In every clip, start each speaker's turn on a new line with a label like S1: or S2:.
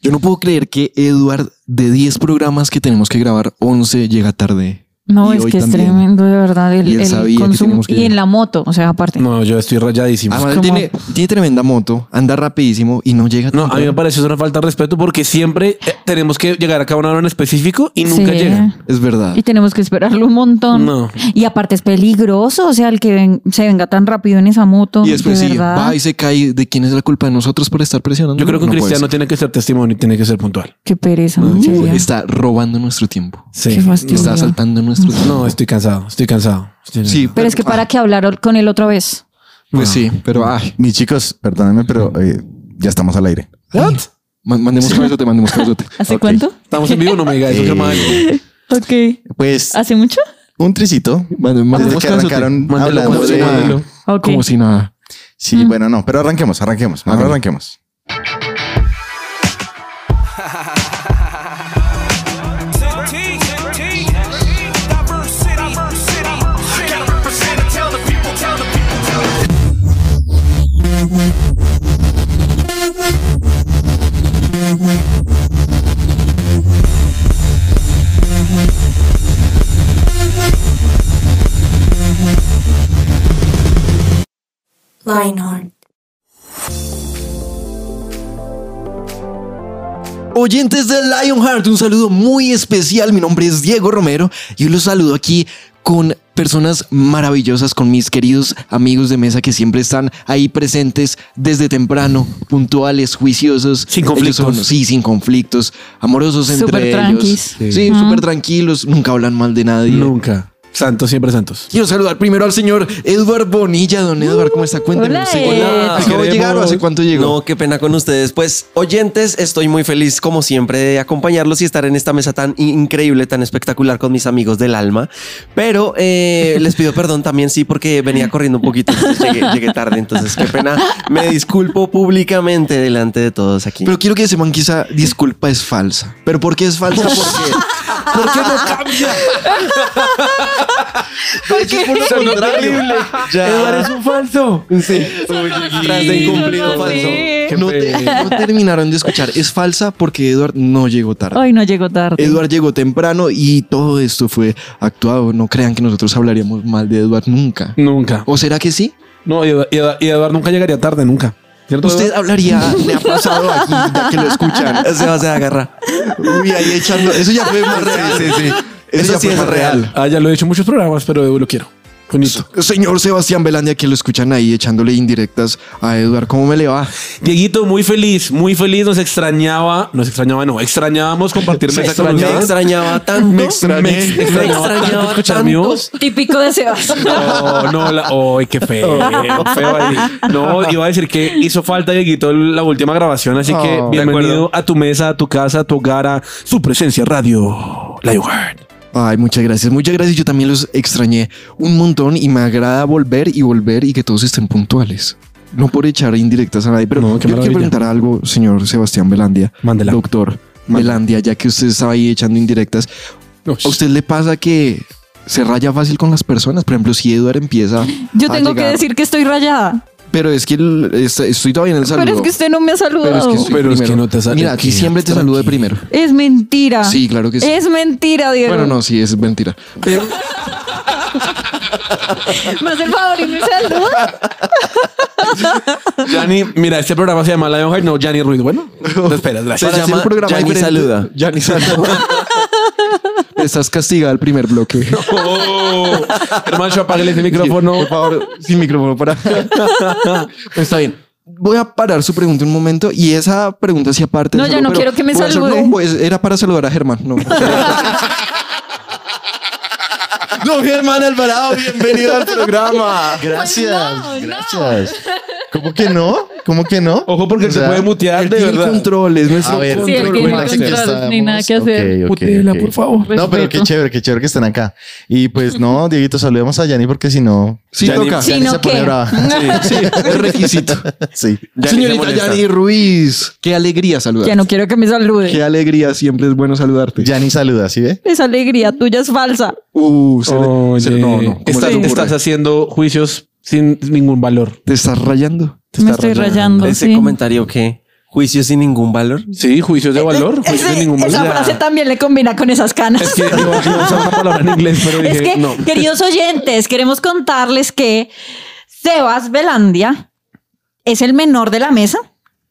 S1: Yo no puedo creer que Eduard, de 10 programas que tenemos que grabar, 11 llega tarde.
S2: Ah,
S3: No,
S1: Y
S3: es
S1: hoy
S3: que es
S1: también.
S3: tremendo, de verdad. El,
S1: Y él
S3: el
S1: sabía que
S3: consumo
S1: teníamos que
S3: y en
S1: llegar.
S3: la moto, o sea, aparte.
S2: No, yo estoy rayadísimo.
S1: Además, él
S3: como-
S1: tiene, tiene tremenda moto, anda rapidísimo y no llega
S2: No, a mí me
S1: temprano.
S2: parece una falta de respeto porque siempre eh, tenemos que llegar a cada una hora en específico y nunca
S3: Sí.
S2: llegan.
S1: Es verdad.
S3: Y tenemos que esperarlo un montón.
S2: No.
S3: Y aparte es peligroso, o sea, el que ven- se venga tan rápido en esa moto.
S1: Y después
S3: de
S1: sí,
S3: verdad.
S1: va y se cae. ¿De quién es la culpa de nosotros por estar presionando?
S2: Yo creo que un
S1: No puede
S2: cristiano
S1: ser.
S2: tiene que ser testimonio y tiene que ser puntual.
S3: Qué pereza.
S2: No,
S3: en
S2: sí,
S3: serio.
S1: está robando nuestro tiempo.
S2: Sí.
S3: Qué fastidio.
S1: Está asaltando nuestro tiempo.
S2: No, estoy cansado, estoy cansado. Estoy-
S1: Sí, ah,
S3: Pero es que para que hablar con él otra vez.
S1: Pues sí,
S2: Ah.
S1: pero ay,
S4: Mis chicos, perdónenme, pero eh, ya estamos al aire.
S2: ¿What?
S1: ma- mandemos cabezote, mandemos cabezote.
S3: ¿Hace
S4: Ok.
S3: cuánto?
S2: Estamos en vivo, no me digas eso, qué mal.
S3: Ok.
S4: Pues
S2: Ah,
S3: ¿Hace mucho?
S4: un tricito.
S1: Mande-
S4: Desde
S1: mandemos
S4: que
S1: cabezote.
S4: arrancaron
S2: Mándelo
S4: hablando
S2: como si
S4: de-
S2: nada.
S3: Ok.
S1: Como si nada.
S4: Sí, bueno, no, pero arranquemos, arranquemos. Ahora arranquemos.
S5: Lionheart.
S1: Oyentes de Lionheart, un saludo muy especial. Mi nombre es Diego Romero y hoy los saludo aquí con personas maravillosas, con mis queridos amigos de mesa que siempre están ahí presentes desde temprano, puntuales, juiciosos.
S2: Sin
S1: Ellos
S2: conflictos.
S1: son- sí, sin conflictos, amorosos entre
S3: Súper
S1: ellos.
S3: tranquis.
S1: Sí, súper tranquilos, nunca hablan mal de nadie.
S2: Nunca. Santos, siempre santos.
S1: Quiero saludar primero al señor Edward Bonilla. Don Edward, ¿cómo está? Cuéntenos.
S3: hola,
S1: ¿usted
S3: Hola,
S1: acaba de
S2: queremos.
S1: llegar o hace cuánto llegó?
S6: No, qué pena con ustedes. Pues, oyentes, estoy muy feliz, como siempre, de acompañarlos y estar en esta mesa tan in- increíble, tan espectacular con mis amigos del alma. Pero eh, les pido perdón también, sí, porque venía corriendo un poquito. entonces Llegué, llegué tarde, entonces qué pena. Me disculpo públicamente delante de todos aquí.
S1: Pero quiero que sepan que esa disculpa es falsa. ¿Pero por qué es falsa? Porque, porque no cambia. De hecho, es por lo contrario.
S2: Eduardo
S1: Ya.
S2: es un falso.
S1: Sí.
S6: Tras de incumplido
S3: no,
S6: falso.
S3: sí.
S1: No, te- no terminaron de escuchar. Es falsa porque Edward no llegó tarde.
S3: Hoy no llegó tarde.
S1: Edward llegó temprano y todo esto fue actuado. No crean que nosotros hablaríamos mal de Edward nunca.
S2: Nunca.
S1: ¿O será que sí?
S2: No, y Eduardo, y Eduardo- y Eduardo nunca llegaría tarde, nunca. ¿Cierto?
S1: Usted
S2: Eduardo?
S1: hablaría, le ha pasado aquí, ya que lo escuchan.
S6: Se va a agarrar.
S1: Uy, ahí echando. Eso ya fue más real. Eso,
S6: Eso
S1: ya
S6: sí
S1: fue
S6: es
S1: más real.
S6: real.
S2: Ah, ya lo he hecho en muchos programas, pero Edu lo quiero. Bonito.
S1: Señor Sebastián Velandia, que lo escuchan ahí echándole indirectas a Eduard. ¿Cómo me le va?
S2: Dieguito, muy feliz, muy feliz. Nos extrañaba, nos extrañaba, no, extrañábamos compartir mesa con
S6: Me
S2: ustedes.
S6: extrañaba tanto. Me
S2: extrañé.
S6: extrañaba
S2: Extrañaba tanto
S6: tanto
S2: escuchar mi voz.
S3: Típico de Sebas.
S2: No, no, la, ay, qué feo, Oh, feo ahí. No, iba a decir que hizo falta, Dieguito, la última grabación, así que
S1: Oh.
S2: bienvenido a tu mesa, a tu casa, a tu hogar, a su presencia radio, Lionheart.
S1: Ay, muchas gracias. Muchas gracias. Yo también los extrañé un montón y me agrada volver y volver y que todos estén puntuales. No por echar indirectas a nadie, pero
S2: No,
S1: yo
S2: qué
S1: quiero
S2: maravilla.
S1: preguntar algo, señor Sebastián Velandia.
S2: Mándela.
S1: Doctor Velandia, ya que usted estaba ahí echando indirectas. ¿A usted le pasa que se raya fácil con las personas? Por ejemplo, si Eduard empieza.
S3: Yo
S1: a
S3: tengo que
S1: llegar-
S3: decir que estoy rayada.
S1: Pero es que el- es- estoy todavía en el saludo.
S3: Pero es que usted no me ha
S1: Pero es
S3: saludado.
S1: que,
S3: es,
S1: estoy
S2: Pero es que
S1: primero.
S2: no te sale
S1: Mira,
S2: aquí,
S1: aquí siempre te saludo de primero.
S3: mentira.
S1: Sí, claro que sí.
S3: Es mentira, Diego.
S1: Bueno, no, sí, es mentira. Pero
S3: Me hace el favor y me saluda.
S2: Yanni, mira, este programa se llama Lionheart, no Yanni Ruiz. Bueno, te esperas,
S1: se
S2: gracias.
S6: Para
S1: llama
S6: llamar,
S1: programa
S6: ya ni
S1: diferente.
S6: saluda.
S1: Ya ni saluda. Estás castigada al primer bloque.
S2: Oh, hermano, apáguele ese micrófono.
S1: Por favor, sin micrófono para. Está bien. Voy a parar su pregunta un momento y esa pregunta sí aparte.
S3: No, ya no quiero que me salude.
S1: salude. era para saludar a Germán. No.
S4: Don Germán Alvarado, bienvenido al programa. Gracias, gracias. ¿Cómo que no? ¿Cómo que no?
S2: Ojo, porque se
S4: O sea,
S2: puede mutear, de
S1: Tiene
S2: verdad.
S1: controles, nuestro
S4: A ver,
S3: Sí, el que
S4: recuerda
S3: no
S4: que
S3: controla,
S4: estamos-
S3: ni nada que hacer.
S4: Ok, ok,
S2: Putela,
S4: ok.
S2: por favor.
S4: No, pero qué
S3: Respeto.
S4: chévere, qué chévere que estén acá. Y pues no, Dieguito, saludemos a Yanni porque si no,
S1: Sí,
S2: Ya ni-
S1: toca.
S3: Sí,
S4: Yanni
S3: no,
S4: se pone
S3: ¿qué?
S4: brava.
S1: Sí, es requisito.
S4: Sí.
S2: Ya ni se
S1: Señorita
S2: molesta.
S1: Yani Ruiz, qué alegría saludar.
S3: Ya no quiero que me salude.
S1: Qué alegría, siempre es bueno saludarte.
S4: Yanni saluda, ¿sí ve?
S3: Esa alegría tuya es falsa.
S1: Uh, se le- se-
S2: Oye,
S1: no, no. ¿cómo
S2: estás,
S1: se te ocurre?
S2: estás haciendo juicios sin ningún valor.
S1: Te estás rayando.
S2: Te
S3: me
S2: estás
S3: estoy rayando,
S6: Ese
S3: sí.
S6: comentario que juicios sin ningún valor.
S2: Sí, juicios de valor,
S3: Eh, Ese-
S2: juicios de ningún valor.
S3: esa frase también le combina con esas canas.
S2: Es que yo, yo usaba una palabra en inglés, pero dije,
S3: Es que,
S2: no.
S3: queridos oyentes, queremos contarles que Sebas Belandia es el menor de la mesa,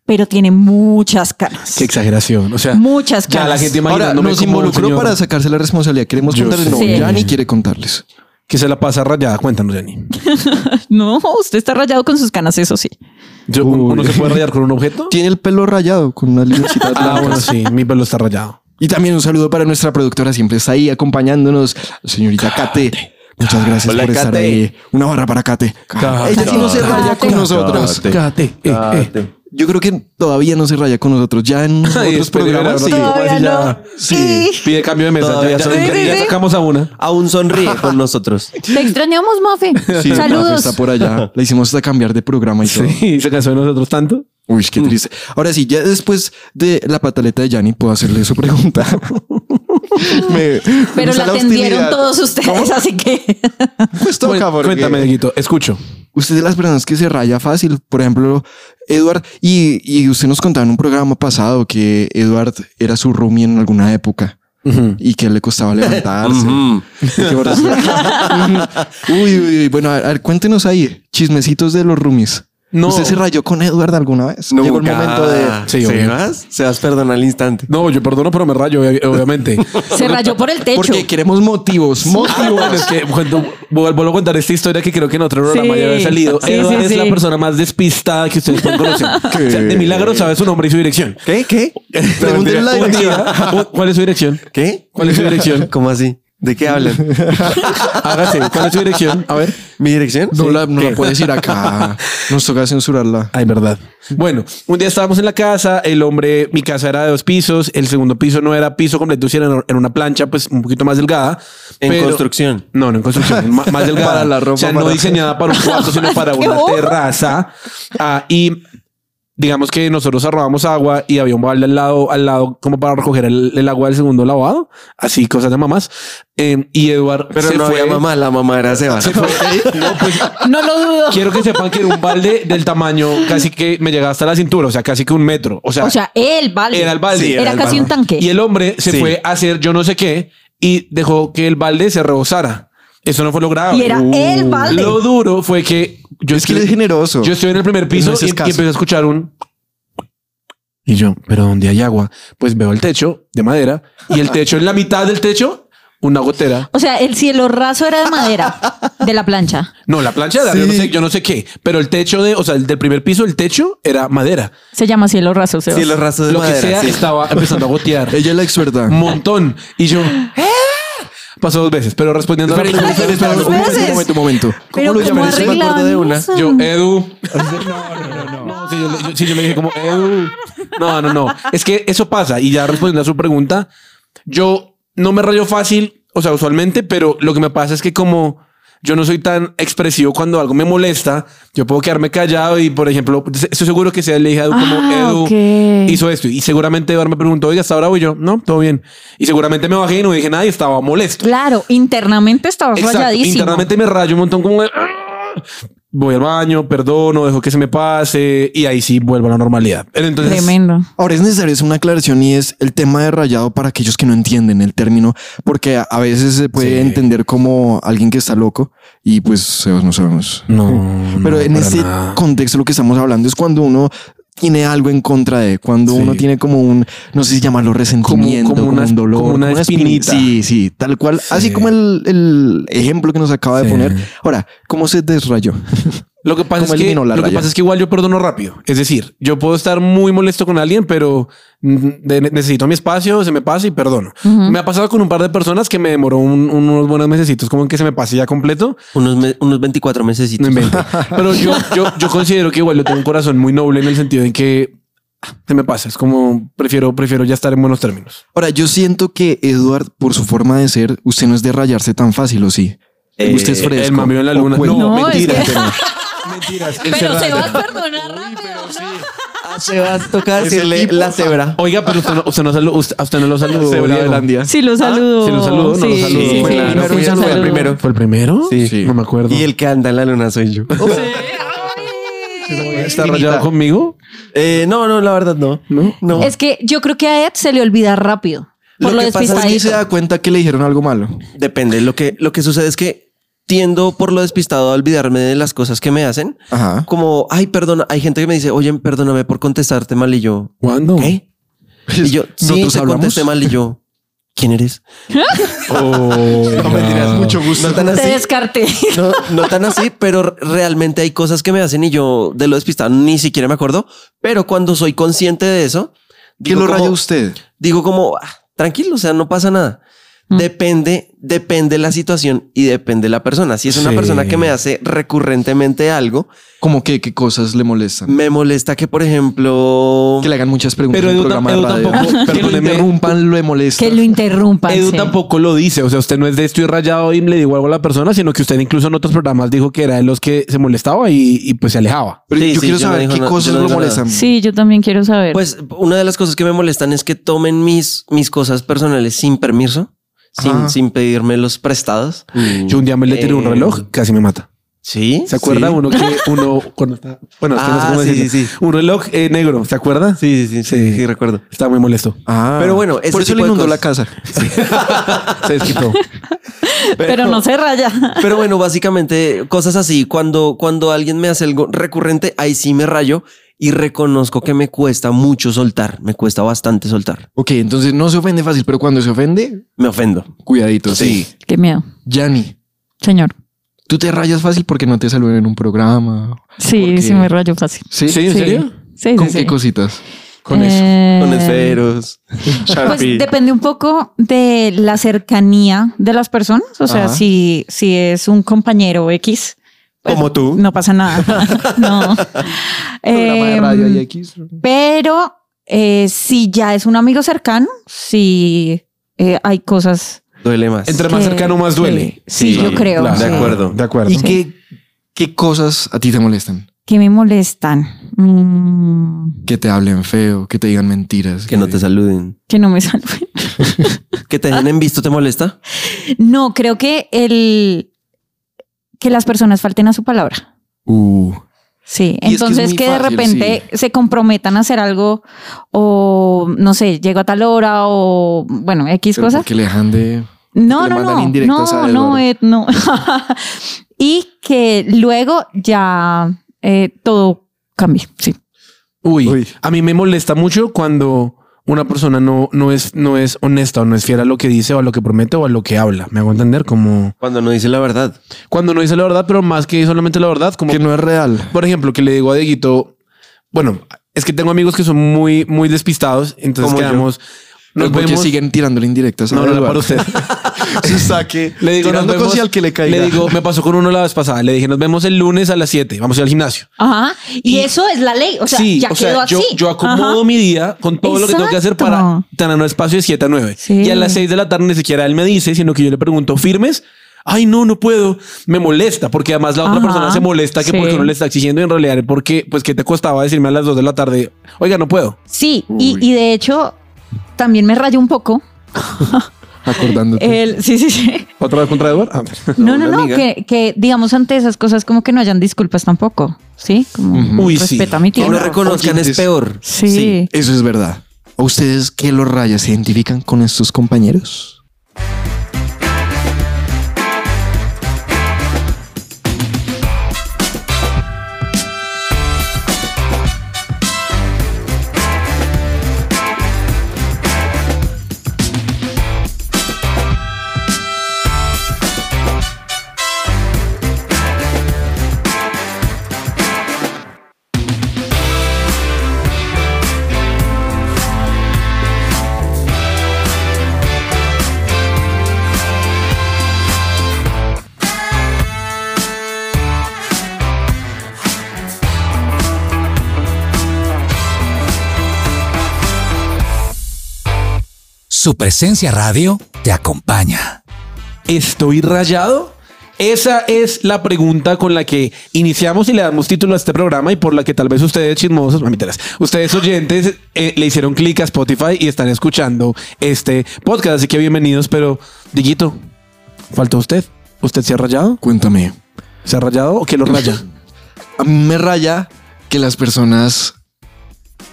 S3: pero tiene muchas canas.
S2: Qué exageración. O sea,
S3: Muchas
S2: ya
S3: canas.
S2: la gente
S1: Ahora,
S2: imaginándome
S1: nos
S2: como un
S1: involucró
S2: señor
S1: para sacarse la responsabilidad. Queremos
S2: Yo
S1: contarles. No,
S3: sé.
S1: Yanni quiere contarles.
S2: que se la pasa rayada. Cuéntanos, Jenny.
S3: No, usted está rayado con sus canas, eso sí.
S2: Yo- ¿Uno se puede rayar con un objeto?
S1: Tiene el pelo rayado con una linecita
S2: Ah,
S1: blanca.
S2: bueno, sí, mi pelo está rayado.
S1: Y también un saludo para nuestra productora, siempre está ahí acompañándonos, señorita Kate. Muchas gracias
S4: Hola,
S1: por estar
S4: Kate.
S1: ahí. Una barra para Kate.
S2: Kate.
S1: Ella sí no se raya con
S3: Kate.
S1: nosotros.
S4: Kate.
S2: Cágate. eh, eh.
S1: Yo creo que todavía no se raya con nosotros. Ya en
S2: Ay,
S1: otros
S2: espere,
S1: programas sí.
S2: ahora sí.
S3: Todavía
S2: ya-
S3: no.
S2: Sí, pide cambio de mesa. Ya,
S6: Todavía
S2: ya-
S6: son-
S2: ya-
S3: Sí, sí,
S2: ya
S3: sí.
S2: sacamos a una.
S6: Aún sonríe con nosotros.
S3: Te extrañamos, Mafe.
S1: Sí, Mafe
S3: Saludos.
S1: está por allá. La hicimos hasta cambiar de programa y todo.
S2: Sí, se cansó de nosotros tanto.
S1: Uy,
S2: Mm.
S1: qué triste. Ahora sí, ya después de la pataleta de Yanni, puedo hacerle su pregunta. Me- me
S3: Pero
S1: gusta
S3: la atendieron
S1: hostilidad.
S3: todos ustedes, así que
S1: Pues toca,
S2: Cuen-
S1: porque-
S2: Cuéntame, Dieguito. Escucho.
S1: Usted es de las personas que se raya fácil. Por ejemplo, Edward, y, y usted nos contaba en un programa pasado que Edward era su roomie en alguna época y que le costaba levantarse.
S6: Ujú.
S1: Y que por eso- uy, uy, uy. Bueno, a ver, a ver, cuéntenos ahí, chismecitos de los roomies.
S2: No.
S1: ¿Usted se rayó con Edward alguna vez? Llegó el
S6: Nunca.
S1: momento de...
S2: Sí, obvio.
S6: Sebas, Sebas, perdona al instante.
S2: No, yo perdono, pero me rayo, obvia- obviamente.
S3: se rayó por el techo.
S1: Porque queremos motivos,
S2: Motivo,
S1: motivos.
S2: bueno, es que cuando vuelvo a contar esta historia que creo que en otro programa
S3: Sí.
S2: ya había salido.
S3: Sí,
S2: Edward
S3: sí,
S2: es
S3: sí.
S2: la persona más despistada que ustedes pueden conocer. O sea, de milagro sabe su nombre y su dirección.
S6: ¿Qué? ¿Qué?
S1: Pregúntenle la
S2: Un
S1: dirección.
S2: día- un- ¿Cuál es su dirección?
S6: ¿Qué?
S2: ¿Cuál es su dirección?
S6: ¿Cómo así? ¿De qué hablan?
S2: Hágase. ¿Cuál es su dirección? A ver.
S6: ¿Mi dirección?
S1: No,
S6: Sí.
S1: la, no la puedes ir acá. Nos toca censurarla.
S2: Ay, verdad. Bueno, un día estábamos en la casa, el hombre, mi casa era de dos pisos, el segundo piso no era piso completo, sino era en una plancha, pues un poquito más delgada.
S6: En
S2: pero-
S6: construcción.
S2: No, no en construcción, ma- más delgada.
S1: Para la ropa,
S2: O sea, no
S1: para-
S2: diseñada para un cuarto, sino para
S3: ¡Qué
S2: una
S3: bobo!
S2: terraza. Ah, y digamos que nosotros arrobamos agua y había un balde al lado, al lado, como para recoger el, el agua del segundo lavado. Así, cosas de mamás. Eh, y Eduard
S6: Pero
S2: se
S6: no
S2: fue.
S6: había mamá, la mamá era Sebas.
S3: No lo dudo.
S2: pues, Quiero que sepan que era un balde del tamaño casi que me llegaba hasta la cintura, o sea, casi que un metro. O sea,
S3: O sea, él, vale.
S2: era el balde.
S6: Sí,
S3: era,
S6: el
S3: casi
S6: balde.
S3: un tanque.
S2: Y el hombre se
S6: Sí.
S2: fue a hacer yo no sé qué y dejó que el balde se rebosara. Eso no fue logrado. Uh.
S3: Y era el balde.
S2: Lo duro fue que yo
S1: Es que él es generoso.
S2: Yo estoy en el primer piso
S1: No es
S2: y, y
S1: escaso.
S2: empecé a escuchar un. Y yo, pero donde hay agua, pues veo el techo de madera y el techo en la mitad del techo, una gotera.
S3: O sea, el cielo raso era de madera, de la plancha.
S2: No, la plancha de arriba, yo, no sé, yo no sé qué, pero el techo de, o sea, el del primer piso, el techo era madera.
S3: Se llama cielo raso, Sebas.
S6: Sí, los rasos de
S2: Lo
S6: madera.
S2: que sea
S6: sí.
S2: estaba empezando a gotear.
S1: Ella es la experta.
S2: un montón. Y yo, ¡eh! pasó dos veces, pero respondiendo
S1: Espera, espera,
S2: a la
S1: espera, espera,
S2: pregunta,
S3: Dos
S1: un momento,
S3: veces.
S1: un momento, un momento.
S3: Pero
S1: lo
S3: ¿cómo
S1: llaman? Eso me acuerdo
S3: arreglan
S1: de una.
S3: eso?
S2: yo, eh, Edu. No, no, no, no. Sí, yo, le- yo- sí, yo le dije como, Edu. No, no, no. Es que eso pasa. Y ya respondiendo a su pregunta, yo no me rayo fácil, o sea, usualmente, pero lo que me pasa es que como yo no soy tan expresivo cuando algo me molesta, yo puedo quedarme callado y, por ejemplo, se- estoy seguro que sea le dije a Edu como,
S3: Ah,
S2: Edu,
S3: ok.
S2: hizo esto. Y seguramente Eduardo me preguntó, oiga, ¿está bravo? Y yo, no, todo bien. Y seguramente me bajé y no dije nada y estaba molesto.
S3: Claro, internamente estaba
S2: Exacto.
S3: rayadísimo.
S2: Internamente me rayo un montón como de, "Ah". voy al baño, perdono, dejo que se me pase y ahí sí vuelvo a la normalidad. Pero Entonces,
S3: Tremendo.
S1: Ahora es necesario hacer una aclaración y es el tema de rayado para aquellos que no entienden el término, porque a- a veces se puede
S2: Sí.
S1: entender como alguien que está loco y pues Sebas, no sabemos.
S2: no,
S1: Pero
S2: no,
S1: en
S2: para
S1: este
S2: nada.
S1: contexto lo que estamos hablando es cuando uno tiene algo en contra de, cuando
S2: Sí.
S1: uno tiene como un, no sé si llamarlo resentimiento, como,
S2: Como- como una-
S1: un dolor,
S2: como una
S1: espini-
S2: espinita.
S1: Sí, sí, tal cual. Así como el, el ejemplo que nos acaba de
S2: Sí.
S1: poner. Ahora, ¿cómo se desrayó?
S2: Lo que pasa
S1: ¿Cómo
S2: es que
S1: eliminó la
S2: lo que
S1: raya?
S2: pasa es que igual yo perdono rápido. Es decir, yo puedo estar muy molesto con alguien, pero mm, de- necesito mi espacio, se me pasa y perdono. Me ha pasado con un par de personas que me demoró un- unos buenos mesecitos, como en que se me pase ya completo.
S6: Unos, me- unos 24 meses.
S2: No invento. Pero yo, yo, yo considero que igual yo tengo un corazón muy noble en el sentido en que ah, se me pasa. Es como prefiero, prefiero ya estar en buenos términos.
S1: Ahora, yo siento que Eduard, por su forma de ser, usted no es de rayarse tan fácil, ¿o sí?
S6: Eh,
S1: usted es fresco.
S2: el mamío en la
S1: o
S2: luna.
S1: cuello.
S3: No, es
S2: mentiras.
S3: que-
S2: Mentiras.
S3: Pero se va a perdonar rápido.
S6: Ah, Sebas, toca decirle la cebra.
S2: Oiga, pero usted no, usted no, salu- usted, a usted no lo saludó. Diego.
S3: Ah, Sí, lo saludo.
S2: Sí, lo saludo, no lo
S3: Sí,
S2: saludo.
S3: sí,
S6: Fue
S3: sí,
S6: la-
S3: sí,
S6: no
S3: sí, lo
S6: fui yo, fue el
S3: saludo.
S6: primero.
S2: ¿Fue el primero?
S6: Sí.
S2: No me acuerdo.
S6: Y el que anda en la luna soy yo.
S3: Sí.
S2: ¿Está rayado conmigo?
S6: Eh, no, no, la verdad no.
S2: ¿No?
S6: No.
S3: Es que yo creo que a Ed se le olvida rápido. Por
S1: Lo
S3: lo,
S1: que pasa es que se
S3: despistadito.
S1: da cuenta que le dijeron algo malo.
S6: Depende. Lo que, lo que sucede es que tiendo por lo despistado a olvidarme de las cosas que me hacen.
S1: Ajá.
S6: Como, ay, perdona. Hay gente que me dice, oye, perdóname por contestarte mal y yo.
S2: ¿Cuándo?
S6: ¿Qué?
S2: Pues,
S6: Y yo, sí,
S1: ¿Nosotros
S6: te
S1: hablamos?
S6: contesté mal y yo. ¿Quién eres?
S2: Oh,
S1: Ah.
S4: No me dirás mucho gusto.
S6: No tan
S3: Te
S6: así.
S3: descarté.
S6: No, no tan así, pero realmente hay cosas que me hacen y yo de lo despistado ni siquiera me acuerdo. Pero cuando soy consciente de eso,
S1: ¿Qué
S6: digo
S1: lo
S6: como-
S1: raya usted?
S6: digo como "Ah, tranquilo, o sea, no pasa nada. Depende, depende la situación y depende la persona. Si es una
S2: Sí.
S6: persona que me hace recurrentemente algo,
S1: Como que qué cosas le molestan.
S6: me molesta que, por ejemplo,
S1: Que le hagan muchas preguntas
S2: Pero
S1: en un
S2: Edu tam-
S1: programa de
S2: Edu
S1: radio.
S2: tampoco-
S1: que lo
S2: perdóneme.
S1: interrumpan, le molesta.
S3: Que lo interrumpan.
S2: Edu
S3: sí.
S2: tampoco lo dice. O sea, usted no es de estoy rayado y le digo algo a la persona, sino que usted incluso en otros programas dijo que era de los que se molestaba y, y pues se alejaba.
S1: Pero
S6: Sí,
S1: yo
S6: sí,
S1: quiero
S6: yo no
S1: saber
S6: digo
S1: qué
S6: nada, yo
S1: cosas
S6: no
S1: lo
S6: digo nada.
S1: molestan.
S7: Sí, yo también quiero saber.
S6: pues una de las cosas que me molestan es que tomen mis, mis cosas personales sin permiso, sin,
S1: Ah.
S6: sin pedirme los prestados.
S2: Yo un día me le tiré un
S6: Eh.
S2: reloj, casi me mata.
S6: Sí.
S2: ¿Se acuerda uno que uno cuando está- Bueno, es que no sé
S6: Ah,
S2: cómo
S6: sí,
S2: decirlo.
S6: sí, sí.
S2: Un reloj eh, negro, ¿se acuerda?
S6: Sí, sí, sí, sí, sí, recuerdo.
S2: Está muy molesto.
S1: Ah,
S6: Pero bueno, ese
S1: por eso
S6: tipo
S1: le
S6: de
S1: inundó la
S6: cosas.
S1: casa.
S2: Se desquitó.
S3: Pero no se raya.
S6: Pero bueno, básicamente cosas así. Cuando, cuando alguien me hace algo recurrente, ahí sí me rayo y reconozco que me cuesta mucho soltar. Me cuesta bastante soltar.
S1: Ok, entonces no se ofende fácil, pero cuando se ofende,
S6: Me ofendo.
S1: cuidadito. Sí.
S7: Qué miedo.
S1: Yanni,
S7: Señor.
S1: tú te rayas fácil porque no te saludan en un programa.
S7: Sí,
S1: Porque-
S7: sí me rayo fácil.
S1: Sí.
S2: ¿Sí? ¿En
S7: Sí.
S2: serio?
S7: Sí,
S1: ¿Con
S7: sí,
S1: qué
S7: sí.
S1: cositas?
S2: Con eso.
S7: Eh,
S6: Con esferos.
S3: Pues depende un poco de la cercanía de las personas. O sea,
S1: Ajá.
S3: si, si es un compañero X. pues,
S4: Como tú.
S3: No pasa nada. no.
S1: Programa de
S3: Em,
S1: radio y X.
S3: pero eh, si ya es un amigo cercano, si hay cosas.
S6: Duele más.
S2: Entre más
S3: que-
S2: cercano, más duele.
S3: que- sí,
S6: Sí,
S3: yo creo.
S2: claro.
S3: sí.
S6: de acuerdo.
S2: De acuerdo.
S1: ¿Y qué, qué cosas a ti te molestan?
S3: Que me molestan. Mm,
S1: Que te hablen feo, que te digan mentiras.
S6: Que no te saluden.
S7: que no me salve.
S6: Que te den en visto te molesta.
S3: No, creo que el que las personas falten a su palabra.
S1: Uh,
S3: Sí,
S1: Y es que es
S3: entonces
S1: muy
S3: que, de
S1: fácil,
S3: repente se comprometan a hacer algo o no sé, llego a tal hora o bueno, X
S1: pero
S3: cosas.
S1: porque le dejan de...
S3: No,
S1: le
S3: no,
S1: mandan
S3: no,
S1: indirectas a
S3: no,
S1: Eduardo.
S3: no, Ed, no. y que luego ya eh, todo cambie. Sí.
S2: Uy,
S4: Uy.
S2: a mí me molesta mucho cuando una persona no, no, es, no es honesta o no es fiel a lo que dice o a lo que promete o a lo que habla. Me hago entender como
S6: Cuando no dice la verdad.
S2: cuando no dice la verdad, pero más que solamente la verdad, como
S1: Que no es real.
S2: por ejemplo, que le digo a Dieguito, bueno, es que tengo amigos que son muy, muy despistados. Entonces
S6: Como yo.
S2: quedamos, nos
S1: porque
S2: vemos.
S1: siguen tirándole indirectas. a
S2: No, no, no,
S1: Eduardo.
S2: para usted.
S4: Su saque.
S2: Le digo,
S4: tirando
S2: nos vemos-
S4: cosas al que le caiga.
S2: Le digo, me pasó con uno la vez pasada. Le dije, nos vemos el lunes a las 7. Vamos a ir al gimnasio.
S3: Ajá. Y, eso es la ley. O sea,
S2: sí,
S3: ya
S2: o sea,
S3: quedó
S2: yo,
S3: así.
S2: yo acomodo
S3: Ajá.
S2: mi día con todo lo que tengo que hacer para
S3: Exacto.
S2: tener un espacio de 7 a 9.
S7: Sí.
S2: Y a las 6 de la tarde ni siquiera él me dice, sino que yo le pregunto, ¿firmes? Ay, no, no puedo. Me molesta porque además la otra
S7: Ajá.
S2: persona se molesta que
S7: Sí.
S2: porque uno le está exigiendo y en realidad porque pues que te costaba decirme a las 2 de la tarde, oiga, no puedo.
S3: Sí, y, y de hecho también me rayó un poco.
S1: Acordándote.
S3: El, sí, sí, sí.
S2: Otra vez contra Edward. Ah.
S3: No, no,
S6: una
S3: no,
S6: amiga.
S3: que, que, digamos ante esas cosas como que no hayan disculpas tampoco, ¿sí? Como
S1: Ujú.
S2: Uy, sí.
S3: respeta mi
S6: Que
S3: tiempo.
S6: no reconozcan es
S1: Oyentes.
S6: peor.
S7: Sí.
S1: Eso es verdad. ¿A ustedes qué los rayas se identifican con estos compañeros?
S8: Su presencia radio te acompaña.
S2: ¿Estoy rayado? Esa es la pregunta con la que iniciamos y le damos título a este programa y por la que tal vez ustedes chismosos, mamiteras, ustedes oyentes eh, le hicieron clic a Spotify y están escuchando este podcast. Así que bienvenidos, pero Diguito, falta usted. ¿Usted se ha rayado?
S1: Cuéntame.
S2: ¿Se ha rayado o qué lo raya?
S1: A mí me raya que las personas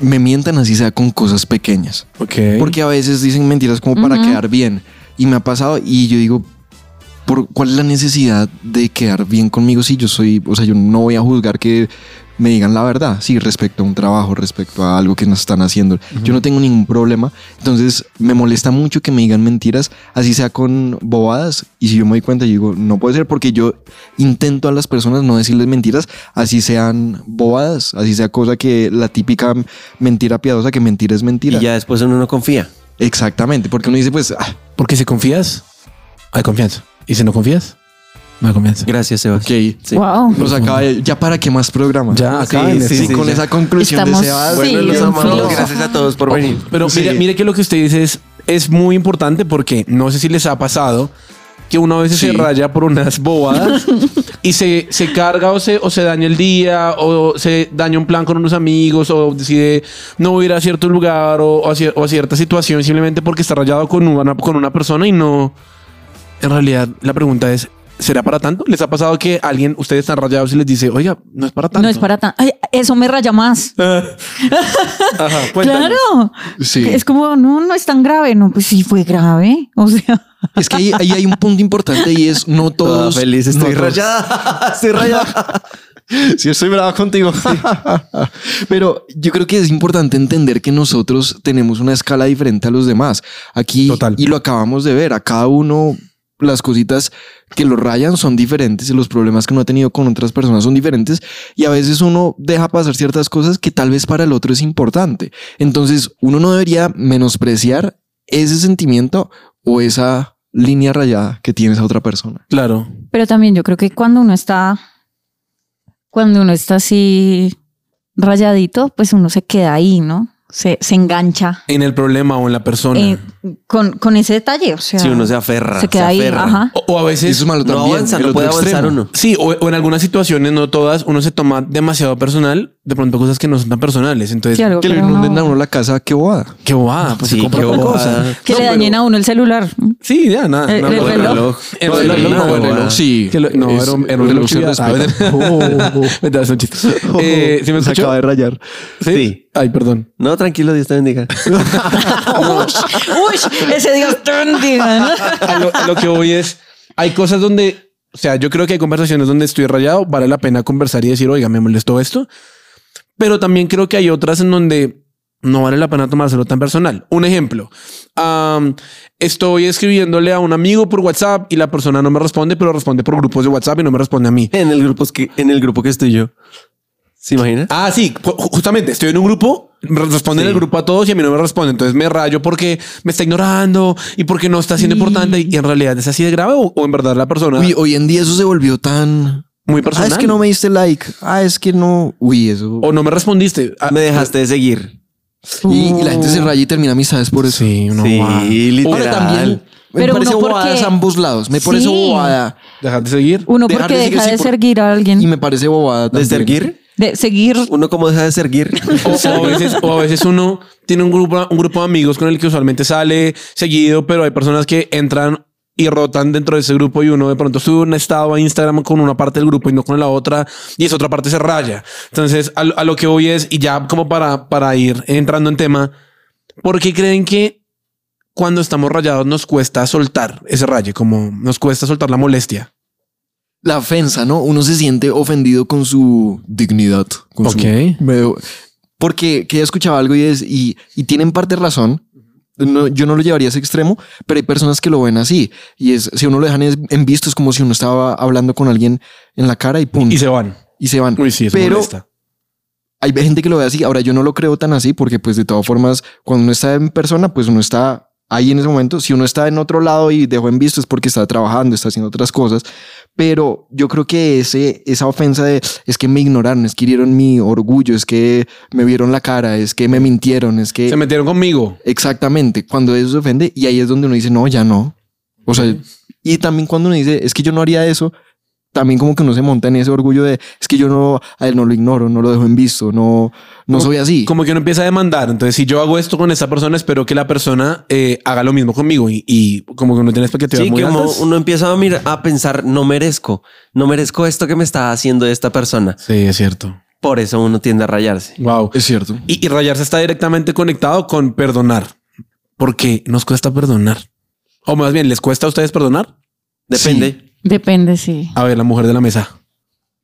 S1: me mientan así sea con cosas pequeñas.
S2: Ok.
S1: Porque a veces dicen mentiras como para
S7: Ujú.
S1: quedar bien. Y me ha pasado y yo digo, ¿por ¿cuál es la necesidad de quedar bien conmigo si yo soy, o sea, yo no voy a juzgar que me digan la verdad, sí, respecto a un trabajo, respecto a algo que nos están haciendo. Yo no tengo ningún problema. Entonces me molesta mucho que me digan mentiras, así sea con bobadas. Y si yo me doy cuenta, yo digo, no puede ser porque yo intento a las personas no decirles mentiras, así sean bobadas, así sea cosa que la típica mentira piadosa, que mentira es mentira.
S6: Y ya después uno no confía.
S1: Exactamente, porque uno dice, pues, ah,
S2: Porque si confías, hay confianza. Y si no confías, no hay confianza.
S6: Gracias, Sebas.
S1: ok.
S6: Sí.
S7: Wow.
S1: Nos acaba de- ya para qué más programa.
S2: Ya,
S1: sí,
S2: acá en
S1: sí,
S2: este-
S1: sí, con
S6: ya.
S1: esa conclusión
S7: Estamos-
S1: de Sebas.
S7: sí, Bueno, los es un amamos. filósofo.
S6: Gracias a todos por venir.
S2: Pero
S1: Sí.
S2: mire, mire que lo que usted dice es, es muy importante porque no sé si les ha pasado que uno a veces se
S1: Sí.
S2: raya por unas bobadas y se, se carga o se, o se daña el día o se daña un plan con unos amigos o decide no ir a cierto lugar o, o a, cier- o a cierta situación simplemente porque está rayado con una, con una persona y no... En realidad la pregunta es, ¿será para tanto? ¿Les ha pasado que alguien, ustedes están rayados y les dice, oiga, no es para tanto?
S7: No es para tan. Ay, eso me raya más.
S2: Ajá, cuéntanos.
S7: Claro.
S1: Sí.
S7: Es como, no, no es tan grave. No, pues sí fue grave. O sea,
S1: Es que ahí, ahí hay un punto importante y es no
S6: Todos
S1: todos.
S6: feliz, estoy
S1: no todos-
S6: rayada. estoy rayada.
S4: Sí, estoy bravo contigo.
S1: Pero yo creo que es importante entender que nosotros tenemos una escala diferente a los demás. Aquí,
S2: Total.
S1: y lo acabamos de ver, a cada uno las cositas que lo rayan son diferentes y los problemas que uno ha tenido con otras personas son diferentes y a veces uno deja pasar ciertas cosas que tal vez para el otro es importante. Entonces uno no debería menospreciar ese sentimiento o esa línea rayada que tiene esa otra persona.
S2: Claro.
S7: pero también yo creo que cuando uno está, cuando uno está así rayadito, pues uno se queda ahí, ¿no? Se, se engancha
S2: En el problema o en la persona.
S7: en- con, con ese detalle. O sea,
S6: Si uno se aferra.
S7: se queda ahí.
S6: aferra.
S7: Ajá.
S2: O, o a
S1: Eso
S2: veces
S1: es malo
S6: No
S1: también.
S6: avanza,
S1: el
S6: no
S1: otro
S6: puede avanzar
S1: extremo.
S6: uno.
S2: Sí, o, o en algunas situaciones, no todas, uno se toma demasiado personal, de pronto cosas que no son tan personales. Entonces,
S7: Sí, algo
S1: Que le
S7: que uno-
S1: inunden a uno la casa, qué bobada.
S2: qué bobada, pues
S6: Sí,
S2: se compra
S6: qué
S2: otra
S6: bobada.
S2: cosa.
S7: Que
S2: No,
S7: le
S2: pero-
S7: dañen a uno el celular.
S2: Sí, ya, nada.
S7: El-
S2: no,
S7: el
S2: no,
S7: reloj.
S2: El reloj,
S6: El
S2: no,
S6: reloj,
S2: el reloj.
S6: bobada.
S1: Sí.
S2: Que lo- no,
S1: es-
S2: era un, era
S1: el
S2: un reloj
S1: reloj se
S2: chivado. Ah,
S1: respeta.
S2: mentira, es un chiste. Eh, ¿Sí me
S4: Se
S2: escuchó?
S4: acaba de rayar.
S2: ¿Sí?
S6: Sí.
S2: Ay, perdón.
S6: No, tranquilo, Dios te bendiga.
S3: Uy, ese Dios diga.
S2: A lo, a lo que voy es, hay cosas donde, o sea, yo creo que hay conversaciones donde estoy rayado, vale la pena conversar y decir, oiga, me molestó esto. Pero también creo que hay otras en donde no vale la pena tomárselo tan personal. Un ejemplo, am, estoy escribiéndole a un amigo por WhatsApp y la persona no me responde, pero responde por grupos de WhatsApp y no me responde a mí.
S6: En el grupo que, en el grupo que estoy yo. ¿Se imagina?
S2: Ah, sí, ju- justamente estoy en un grupo, me responden
S6: Sí.
S2: el grupo a todos y a mí no me responde. Entonces me rayo porque me está ignorando y porque no está siendo importante. Y en realidad es así de grave o, o en verdad la persona
S1: Uy, hoy en día eso se volvió tan.
S2: muy
S1: Ah,
S2: personal.
S1: es que no me diste like. Ah, es que no. Uy, eso.
S2: O no me respondiste. Ah,
S6: Me dejaste de seguir.
S1: Y, y la gente se raya y termina amistades por eso.
S2: Sí, no.
S6: sí,
S2: va.
S6: literal.
S1: Ahora también. Me
S7: Pero
S1: parece
S7: uno porque-
S1: bobadas ambos lados. Me parece
S7: Sí.
S1: bobada.
S2: Dejaste seguir.
S7: Uno
S1: Dejar
S7: porque
S1: de seguir
S7: deja
S1: sí,
S7: de
S1: por-
S7: seguir a
S1: Y
S7: alguien,
S1: me parece bobada
S6: ¿De
S1: también.
S6: seguir?
S7: de seguir.
S6: Uno como deja de seguir.
S2: O, o a veces, o a veces uno tiene un grupo, un grupo de amigos con el que usualmente sale seguido, pero hay personas que entran y rotan dentro de ese grupo y uno de pronto sube un estado a Instagram con una parte del grupo y no con la otra y esa otra parte se raya. Entonces a, lo- a lo que voy es, y ya como para, para ir entrando en tema, ¿por qué creen que cuando estamos rayados nos cuesta soltar ese raye? Como nos cuesta soltar la molestia.
S1: La ofensa, ¿no? Uno se siente ofendido con su dignidad. Con su-
S2: Ok.
S1: Me- porque que he escuchado algo y, es, y, y tienen parte razón. No, yo no lo llevaría a ese extremo, pero hay personas que lo ven así. Y es, si uno lo dejan en en visto, es como si uno estaba hablando con alguien en la cara y pum.
S2: Y se van.
S1: y se van.
S2: Uy, sí, eso
S1: Pero-
S2: molesta.
S1: hay gente que lo ve así. Ahora yo no lo creo tan así porque pues de todas formas cuando uno está en persona pues uno está ahí en ese momento. Si uno está en otro lado y dejó en visto es porque está trabajando, está haciendo otras cosas. Pero yo creo que ese, esa ofensa de es que me ignoraron, es que hirieron mi orgullo, es que me vieron la cara, es que me mintieron, es que...
S2: Se metieron conmigo.
S1: Exactamente, cuando eso se ofende y ahí es donde uno dice, no, ya no. O sea, y también cuando uno dice, es que yo no haría eso, también como que uno se monta en ese orgullo de, es que yo no, a él no lo ignoro, no lo dejo en visto, no, no soy así.
S2: como que uno empieza a demandar. Entonces, si yo hago esto con esa persona, espero que la persona eh, haga lo mismo conmigo y, y como que uno tiene expectativas
S6: Sí,
S2: muy
S6: que uno,
S2: altas.
S6: uno empieza a, mirar, a pensar, no merezco, no merezco esto que me está haciendo esta persona.
S2: Sí, es cierto.
S6: Por eso uno tiende a rayarse.
S2: Wow.
S1: Es cierto.
S2: Y, y rayarse está directamente conectado con perdonar. Porque nos cuesta perdonar. O más bien, ¿les cuesta a ustedes perdonar?
S6: Depende.
S7: Depende, sí.
S2: A ver, la mujer de la mesa.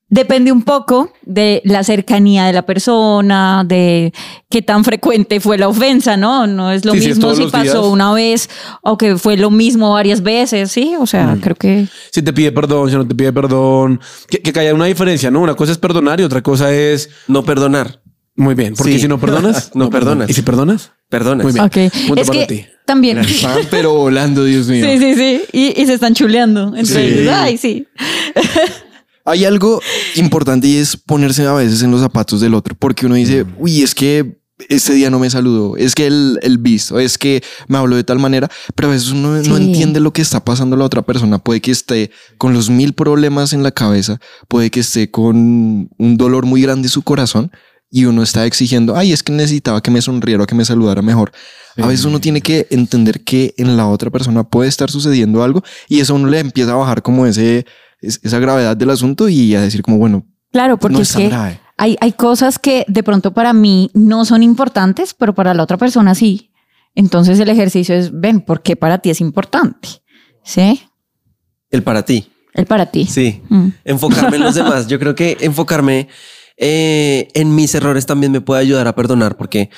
S3: Depende un poco de la cercanía de la persona, de qué tan frecuente fue la ofensa, ¿no? No es lo
S2: Sí, sí, es
S3: mismo
S2: todos
S3: si
S2: los
S3: pasó
S2: días.
S3: una vez o que fue lo mismo varias veces, ¿sí? O sea, creo que...
S2: Si te pide perdón, si no te pide perdón. Que, que haya una diferencia, ¿no? Una cosa es perdonar y otra cosa es...
S6: No perdonar.
S2: Muy bien, porque
S6: Sí.
S2: si no perdonas...
S6: No perdonas.
S2: ¿Y si perdonas?
S6: Perdonas.
S2: Muy bien.
S3: Ok.
S2: Punto
S3: Es que
S2: para ti.
S3: también...
S1: Van, pero volando, Dios mío.
S3: Sí, sí, sí. Y, y se están chuleando. entre
S1: Sí.
S3: ellos. Ay, sí.
S1: Hay algo importante y es ponerse a veces en los zapatos del otro, porque uno dice, uy, es que este día no me saludó, es que el, el visto, es que me habló de tal manera, pero a veces uno no
S7: Sí.
S1: entiende lo que está pasando la otra persona. Puede que esté con los mil problemas en la cabeza, puede que esté con un dolor muy grande en su corazón y uno está exigiendo, ay, es que necesitaba que me sonriera, o que me saludara mejor. A veces uno tiene que entender que en la otra persona puede estar sucediendo algo y eso a uno le empieza a bajar como ese, es- esa gravedad del asunto y a decir como, bueno,
S7: Claro, porque
S1: no es
S7: es
S1: tan
S7: que
S1: grave.
S7: hay, hay cosas que de pronto para mí no son importantes, pero para la otra persona sí. Entonces el ejercicio es, ven, ¿por qué para ti es importante? ¿Sí?
S6: El para ti.
S7: El para ti.
S6: Sí.
S7: Mm.
S6: Enfocarme en los demás. Yo creo que enfocarme eh, en mis errores también me puede ayudar a perdonar porque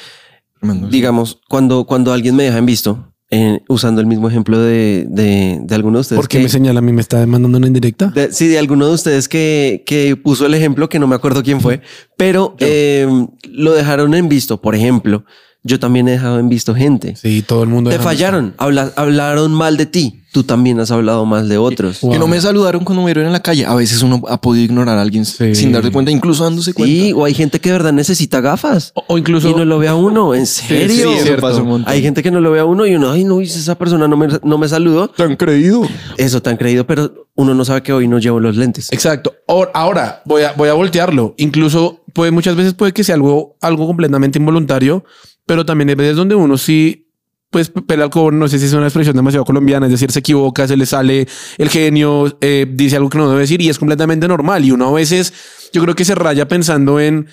S1: Tremendo.
S6: digamos, cuando, cuando alguien me deja en visto, eh, usando el mismo ejemplo de, de, de alguno de ustedes.
S2: ¿Por qué
S6: que-
S2: me señala a mí? ¿Me está demandando una indirecta?
S6: de- sí, de alguno de ustedes que, que puso el ejemplo, que no me acuerdo quién fue, pero eh, lo dejaron en visto, por ejemplo. Yo también he dejado en visto gente.
S2: Sí, todo el mundo...
S6: Te
S2: deja-
S6: fallaron, habla- hablaron mal de ti. Tú también has hablado mal de otros.
S2: Wow.
S1: Que no me saludaron cuando me vieron en la calle. A veces uno ha podido ignorar a alguien
S2: Sí.
S1: sin darse cuenta, incluso dándose cuenta.
S6: Sí, o hay gente que de verdad necesita gafas.
S2: O, o incluso...
S6: Y no lo ve a uno, en serio.
S1: sí, eso
S6: Cierto.
S1: pasa un montón.
S6: Hay gente que no lo ve a uno y uno, ay, no, esa persona no me, no me saludó.
S1: ¿Te han creído?
S6: Eso tan creído, pero uno no sabe que hoy no llevo los lentes.
S2: Exacto. Ahora, ahora voy, a, voy a voltearlo. Incluso puede, muchas veces puede que sea algo, algo completamente involuntario, pero también hay veces donde uno sí, pues pela al cobre. No sé si es una expresión demasiado colombiana, es decir, se equivoca, se le sale el genio, eh, dice algo que no debe decir y es completamente normal. Y uno a veces, yo creo que se raya pensando en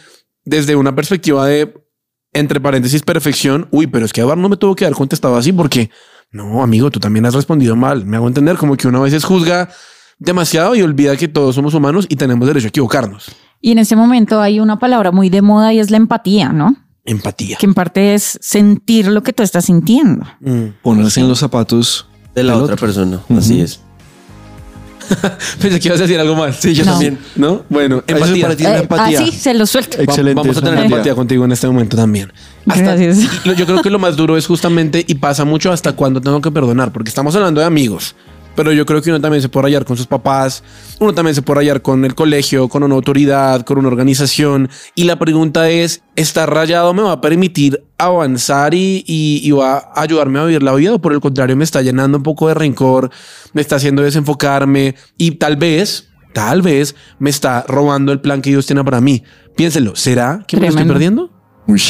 S2: desde una perspectiva de entre paréntesis perfección. Uy, pero es que Eduardo no me tuvo que haber contestado así porque no, amigo, tú también has respondido mal. Me hago entender como que uno a veces juzga demasiado y olvida que todos somos humanos y tenemos derecho a equivocarnos.
S7: Y en este momento hay una palabra muy de moda y es la empatía, ¿no?
S2: Empatía.
S7: Que en parte es sentir lo que tú estás sintiendo.
S1: Ponerse en los zapatos.
S6: De la
S1: Del
S6: otra
S1: otro.
S6: persona. Así es.
S2: Pensé que ibas a decir algo más. Sí,
S7: yo No. también.
S2: ¿No? Bueno,
S1: Eso es
S2: empatía.
S1: para ti la
S7: Eh,
S1: empatía.
S7: Así se lo suelto.
S2: Va-
S1: Excelente,
S2: Vamos a
S1: esa
S2: tener
S1: empatía.
S2: empatía contigo en este momento también.
S7: Gracias.
S2: y lo- Yo creo que lo más duro es justamente y pasa mucho hasta cuando tengo que perdonar, porque estamos hablando de amigos. Pero yo creo que uno también se puede rayar con sus papás, uno también se puede rayar con el colegio, con una autoridad, con una organización. Y la pregunta es, ¿estar rayado me va a permitir avanzar y, y- y va a ayudarme a vivir la vida? ¿O por el contrario me está llenando un poco de rencor, me está haciendo desenfocarme y tal vez, tal vez me está robando el plan que Dios tiene para mí? Piénselo, ¿será que me lo estoy
S7: Tremendo.
S2: perdiendo?
S1: Uy,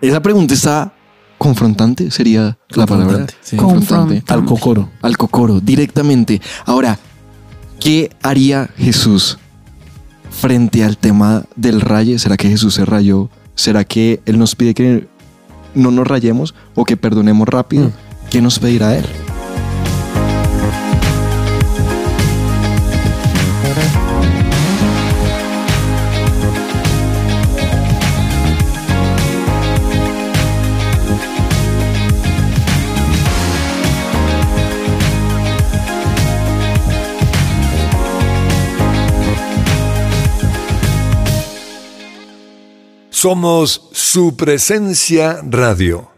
S1: esa pregunta está confrontante, sería la palabra.
S2: Confrontante, sí.
S1: Confrontante.
S2: Al cocoro.
S1: al cocoro directamente. Ahora, ¿qué haría Jesús frente al tema del raye? ¿Será que Jesús se rayó? ¿Será que Él nos pide que no nos rayemos o que perdonemos rápido? ¿Qué nos pedirá Él?
S9: Somos su presencia radio.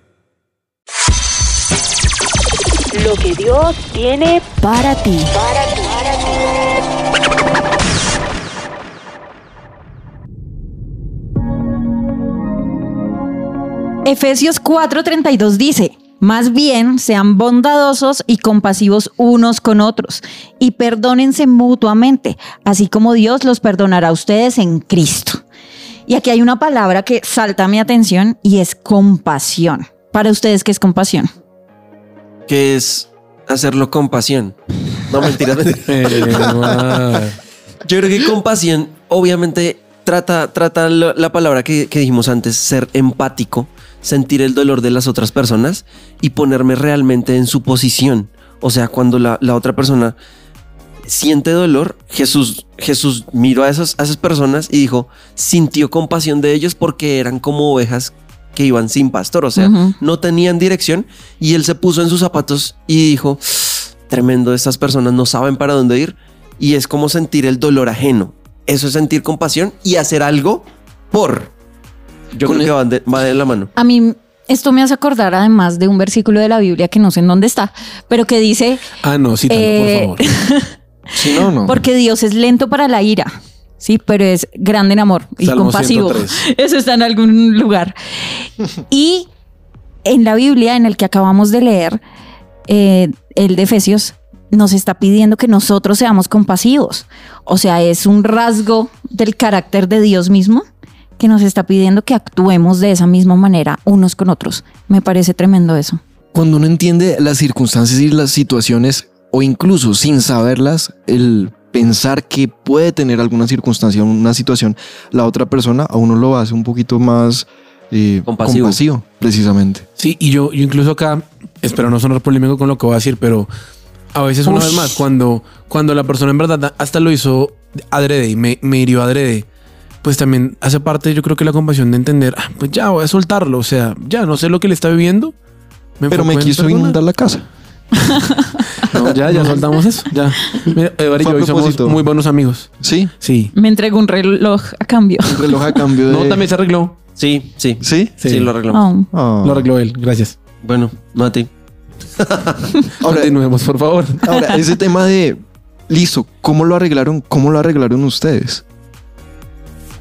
S10: Lo que Dios tiene para ti. Para ti.
S3: Efesios 4:32 dice, más bien sean bondadosos y compasivos unos con otros y perdónense mutuamente, así como Dios los perdonará a ustedes en Cristo. Y aquí hay una palabra que salta a mi atención y es compasión. Para ustedes, ¿qué es compasión?
S6: Que es hacerlo con pasión. No mentiras.
S2: Eh, guau.
S6: Yo creo que compasión, obviamente, trata, trata la, la palabra que, que dijimos antes, ser empático, sentir el dolor de las otras personas y ponerme realmente en su posición. O sea, cuando la, la otra persona siente dolor, Jesús, Jesús miró a esas, a esas personas y dijo, sintió compasión de ellos porque eran como ovejas que iban sin pastor, o sea,
S11: Ujú.
S6: no tenían dirección y él se puso en sus zapatos y dijo, tremendo, estas personas no saben para dónde ir y es como sentir el dolor ajeno. Eso es sentir compasión y hacer algo por. Yo creo que van de- va de la mano.
S3: A mí esto me hace acordar además de un versículo de la Biblia que no sé en dónde está, pero que dice,
S2: Ah, no, cítalo,
S3: Eh,
S2: por favor.
S1: Si no, no.
S3: porque Dios es lento para la ira. Sí, pero es grande en amor y
S2: Salmo
S3: compasivo.
S2: 103.
S3: Eso está en algún lugar. Y en la Biblia, en el que acabamos de leer, eh, el de Efesios nos está pidiendo que nosotros seamos compasivos. O sea, es un rasgo del carácter de Dios mismo que nos está pidiendo que actuemos de esa misma manera unos con otros. Me parece tremendo eso.
S1: Cuando uno entiende las circunstancias y las situaciones, o incluso sin saberlas, el pensar que puede tener alguna circunstancia, una situación, la otra persona a uno lo hace un poquito más eh,
S6: Compasivo.
S1: compasivo, precisamente.
S2: Sí, y yo, yo incluso acá, espero no sonar polémico con lo que voy a decir, pero a veces una
S6: Ush.
S2: vez más, cuando, cuando la persona en verdad hasta lo hizo adrede y me, me hirió adrede, pues también hace parte yo creo que la compasión de entender, "Ah, pues ya voy a soltarlo, o sea, ya no sé lo que le está viviendo.
S1: Pero
S2: enfoco
S1: me
S2: en
S1: quiso
S2: perdonar".
S1: inundar la casa.
S2: No, ya, ya soltamos eso, ya. Mira, Eduardo y
S1: Fue a
S2: yo hoy somos
S1: propósito.
S2: muy buenos amigos.
S1: Sí,
S2: Sí.
S3: Me entregó un reloj a cambio.
S1: el reloj a cambio de...
S2: No, también se arregló.
S6: Sí, sí.
S1: ¿Sí?
S6: Sí, lo arreglamos.
S3: Oh.
S1: Ah.
S2: Lo arregló él, gracias.
S6: Bueno, Mati.
S1: Ahora-
S2: Continuemos, por favor.
S1: Ahora, ese tema de, listo, ¿cómo lo arreglaron? ¿Cómo lo arreglaron ustedes?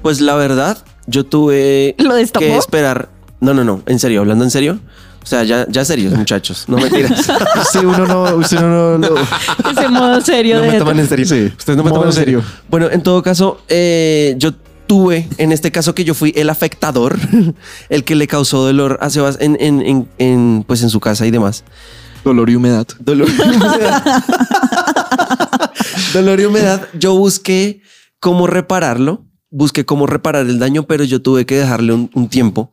S6: Pues la verdad, yo tuve
S3: ¿Lo destapó?
S6: que esperar. No, no, no. En serio, hablando en serio. O sea, ya, ya serios, muchachos. No me tiras.
S1: Usted uno no, usted uno no lo...
S3: Ese modo serio de...
S6: en serio.
S1: Sí.
S6: Ustedes no me
S1: Modo
S6: toman en serio.
S1: serio.
S6: Bueno, en todo caso, eh, yo tuve, en este caso que yo fui el afectador, el que le causó dolor a Sebas en, en- en- en, pues en su casa y demás.
S1: Dolor y humedad.
S6: Dolor y humedad. Dolor y humedad. Yo busqué cómo repararlo, busqué cómo reparar el daño, pero yo tuve que dejarle un, un tiempo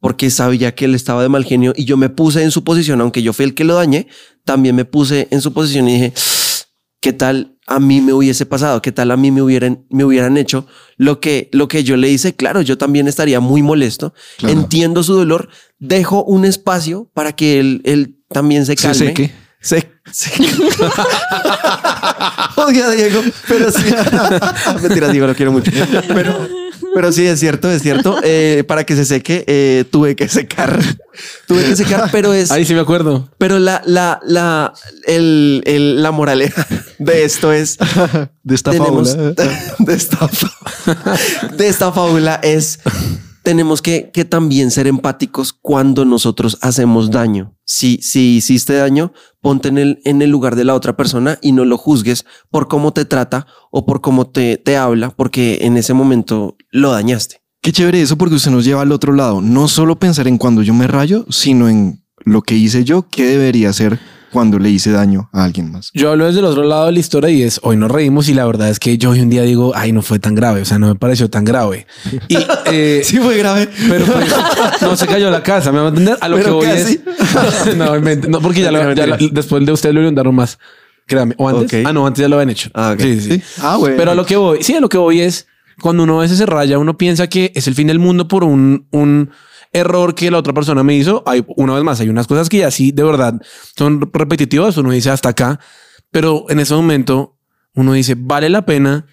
S6: porque sabía que él estaba de mal genio y yo me puse en su posición, aunque yo fui el que lo dañé, también me puse en su posición y dije, ¿qué tal a mí me hubiese pasado? ¿Qué tal a mí me hubieran, me hubieran hecho lo que, lo que yo le hice? Claro, yo también estaría muy molesto.
S1: Claro.
S6: Entiendo su dolor. Dejo un espacio para que él, él también se
S1: Se
S6: calme.
S1: seque.
S6: Se, se- Odio a Oh, Diego, pero sí. Mentira, Diego, lo quiero mucho. Pero, pero sí, es cierto, es cierto. Eh, para que se seque, eh, tuve que secar. Tuve que secar, pero es.
S2: Ahí sí me acuerdo.
S6: Pero la, la, la, el, el- la moraleja de esto es
S1: De esta
S6: tenemos-
S1: fábula. ¿eh?
S6: De esta, fa- de esta fábula es tenemos que, que también ser empáticos cuando nosotros hacemos daño. Si, si hiciste daño, ponte en el, en el lugar de la otra persona y no lo juzgues por cómo te trata o por cómo te, te habla, porque en ese momento lo dañaste.
S1: Qué chévere eso porque usted nos lleva al otro lado. No solo pensar en cuando yo me rayo, sino en lo que hice yo, qué debería hacer cuando le hice daño a alguien más.
S2: Yo hablo desde el otro lado de la historia y es hoy nos reímos y la verdad es que yo hoy un día digo, ay, no fue tan grave, o sea, no me pareció tan grave. Y eh,
S6: fue grave.
S2: pero pues, no se cayó la casa, me va a entender a lo
S6: Pero
S2: que voy
S6: casi.
S2: es no, invente- no, porque ya, lo, ya lo- después de usted lo inundaron más. Créame, o antes.
S6: Ok.
S2: Ah, no, antes ya lo habían hecho.
S6: Ah, ok.
S2: Sí, sí, sí.
S1: Ah, bueno.
S2: Pero a lo que voy, sí, a lo que voy es cuando uno a veces se raya, uno piensa que es el fin del mundo por un, un error que la otra persona me hizo. Hay una vez más, hay unas cosas que ya sí de verdad son repetitivas. Uno dice hasta acá, pero en ese momento uno dice vale la pena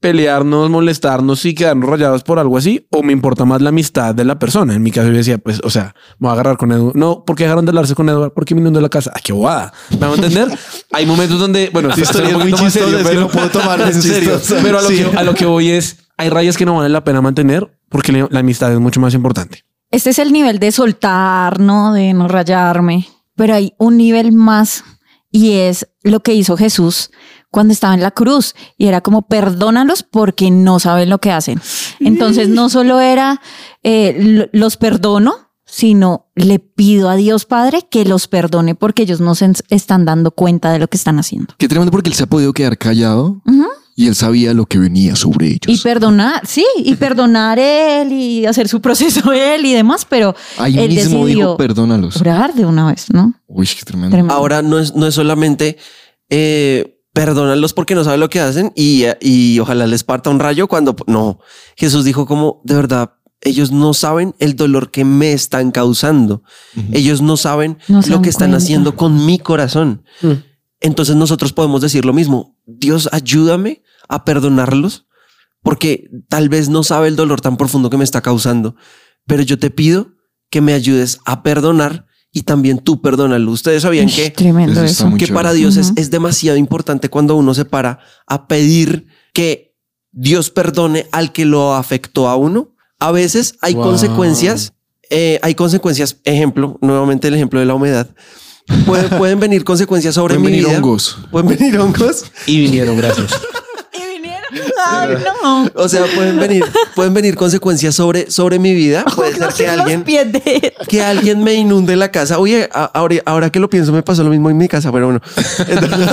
S2: pelearnos, molestarnos y quedarnos rayados por algo así, o me importa más la amistad de la persona. En mi caso, yo decía, pues, o sea, me voy a agarrar con Eduardo. No, ¿por qué dejaron de hablarse con Eduardo? ¿Por qué me inundó la casa? ¡Ah, qué bobada! ¿Me van a entender? Hay momentos donde, bueno,
S1: Esta
S2: esto
S1: historia es
S2: es un
S1: muy
S2: poquito más serio,
S1: chistosa, sí,
S2: pero-
S1: no puedo tomarla en
S2: es
S1: serio.
S2: chistosa. Pero a lo,
S1: Sí.
S2: que, a lo que voy es, hay rayas que no vale la pena mantener porque la, la amistad es mucho más importante.
S3: Este es el nivel de soltar, ¿no? De no rayarme. Pero hay un nivel más y es lo que hizo Jesús cuando estaba en la cruz y era como perdónalos porque no saben lo que hacen. Entonces no solo era eh, lo- los perdono, sino le pido a Dios Padre que los perdone porque ellos no se en- están dando cuenta de lo que están haciendo.
S1: Qué tremendo porque él se ha podido quedar callado
S3: Ujú.
S1: y él sabía lo que venía sobre ellos.
S3: Y perdonar, sí, y perdonar él y hacer su proceso él y demás, pero
S1: Ahí
S3: él
S1: mismo
S3: decidió
S1: dijo, perdónalos.
S3: orar de una vez, ¿no?
S1: Uy, qué tremendo.
S3: Tremendo.
S6: Ahora no es, no es solamente eh, perdónalos porque no saben lo que hacen y, y ojalá les parta un rayo cuando no. Jesús dijo como de verdad. Ellos no saben el dolor que me están causando. Ellos no saben
S3: No se
S6: lo
S3: dan
S6: que están
S3: cuenta.
S6: haciendo con mi corazón. Entonces nosotros podemos decir lo mismo. Dios, ayúdame a perdonarlos porque tal vez no sabe el dolor tan profundo que me está causando, pero yo te pido que me ayudes a perdonar y también tú perdónalo. Ustedes sabían
S3: Ush,
S6: que,
S3: Tremendo
S1: Eso
S3: eso.
S1: está muy
S6: que
S1: chévere.
S6: para Dios es, es demasiado importante cuando uno se para a pedir que Dios perdone al que lo afectó a uno. A veces hay
S2: Wow.
S6: consecuencias, eh, hay consecuencias, ejemplo, nuevamente el ejemplo de la humedad. Pueden, pueden venir consecuencias sobre
S1: Pueden
S6: mi
S1: venir
S6: vida.
S1: hongos.
S6: Pueden venir hongos.
S2: Y vinieron, gracias.
S3: Ay, no.
S6: O sea, pueden venir, pueden venir consecuencias sobre, sobre mi vida. Puede ser que alguien,
S3: Los pies de-
S6: que alguien me inunde la casa. Oye, a- ahora, ahora que lo pienso, me pasó lo mismo en mi casa, pero bueno. Entonces,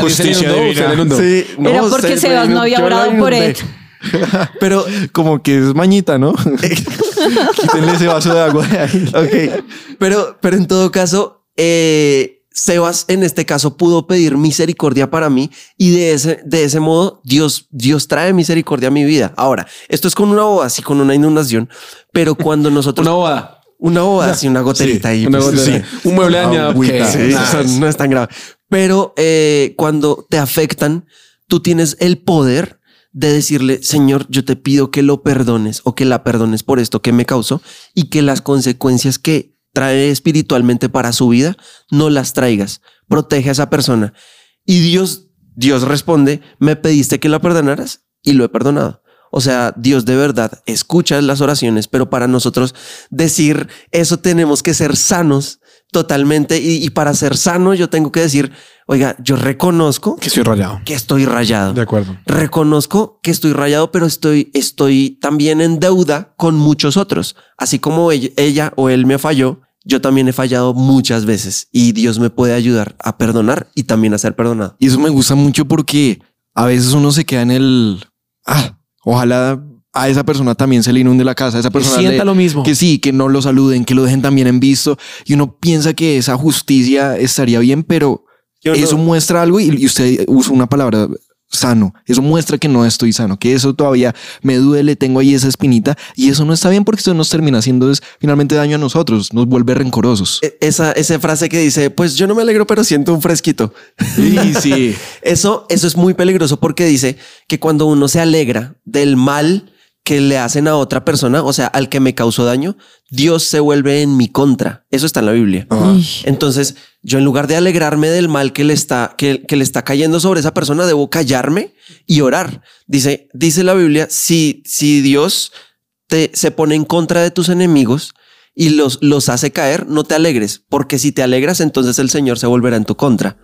S2: Justicia divina.
S6: sí,
S3: Era porque
S6: usted-
S3: Sebas no había
S4: yo la
S3: orado por
S4: inundé.
S3: él.
S6: Pero Eh.
S4: Como que es mañita, ¿no? Quítenle ese vaso de agua de ahí.
S6: Ok, pero, pero en todo caso, eh, Sebas en este caso pudo pedir misericordia para mí y de ese, de ese modo Dios, Dios trae misericordia a mi vida. Ahora, esto es con una boda, sí, con una inundación, pero cuando nosotros...
S2: Una boda.
S6: Una boda, sí, una goterita ahí.
S2: Una
S6: pues,
S2: gota-
S6: sí.
S2: Un mueble dañado.
S4: Agüita.
S2: ¿qué?
S6: Sí,
S2: Nah.
S6: o sea, no es tan grave. Pero eh, cuando te afectan, tú tienes el poder de decirle, Señor, yo te pido que lo perdones o que la perdones por esto que me causó y que las consecuencias que trae espiritualmente para su vida no las traigas. Protege a esa persona. Y Dios, Dios responde, me pediste que la perdonaras y lo he perdonado. O sea, Dios de verdad escucha las oraciones, pero para nosotros decir eso tenemos que ser sanos totalmente. Y, y para ser sano yo tengo que decir, oiga, yo reconozco
S2: Que soy rayado.
S6: que estoy rayado.
S4: De acuerdo.
S6: Reconozco que estoy rayado, pero estoy, estoy también en deuda con muchos otros. Así como ella, ella o él me falló, yo también he fallado muchas veces y Dios me puede ayudar a perdonar y también a ser perdonado.
S1: Y eso me gusta mucho porque a veces uno se queda en el. Ah, ojalá a esa persona también se le inunde la casa, a esa persona le-
S2: mismo.
S1: que sí, que no lo saluden, que lo dejen también en visto. Y uno piensa que esa justicia estaría bien, pero eso muestra algo y, y usted usa una palabra sano. Eso muestra que no estoy sano, que eso todavía me duele, tengo ahí esa espinita y eso no está bien porque eso nos termina haciendo es, finalmente daño a nosotros, nos vuelve rencorosos.
S6: E- Esa, esa frase que dice, pues yo no me alegro, pero siento un fresquito.
S1: Sí, sí.
S6: Eso, eso es muy peligroso porque dice que cuando uno se alegra del mal que le hacen a otra persona, o sea, al que me causó daño, Dios se vuelve en mi contra. Eso está en la Biblia. Entonces, yo en lugar de alegrarme del mal que le está, que, que le está cayendo sobre esa persona, debo callarme y orar. Dice, dice la Biblia, si, si Dios te, se pone en contra de tus enemigos y los, los hace caer, no te alegres, porque si te alegras, entonces el Señor se volverá en tu contra.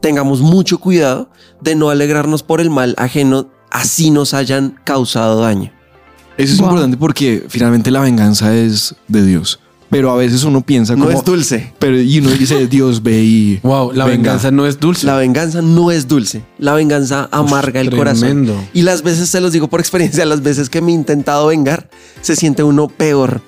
S6: Tengamos mucho cuidado de no alegrarnos por el mal ajeno, así nos hayan causado daño.
S1: Eso es
S3: Wow.
S1: importante porque finalmente la venganza es de Dios, pero a veces uno piensa como
S6: dulce.
S1: pero y uno dice Dios ve y
S2: Wow, la
S1: venga".
S2: venganza no es dulce.
S6: La venganza no es dulce, la venganza amarga el corazón.
S2: tremendo.
S6: Y las veces, se los digo por experiencia, las veces que me he intentado vengar, se siente uno peor.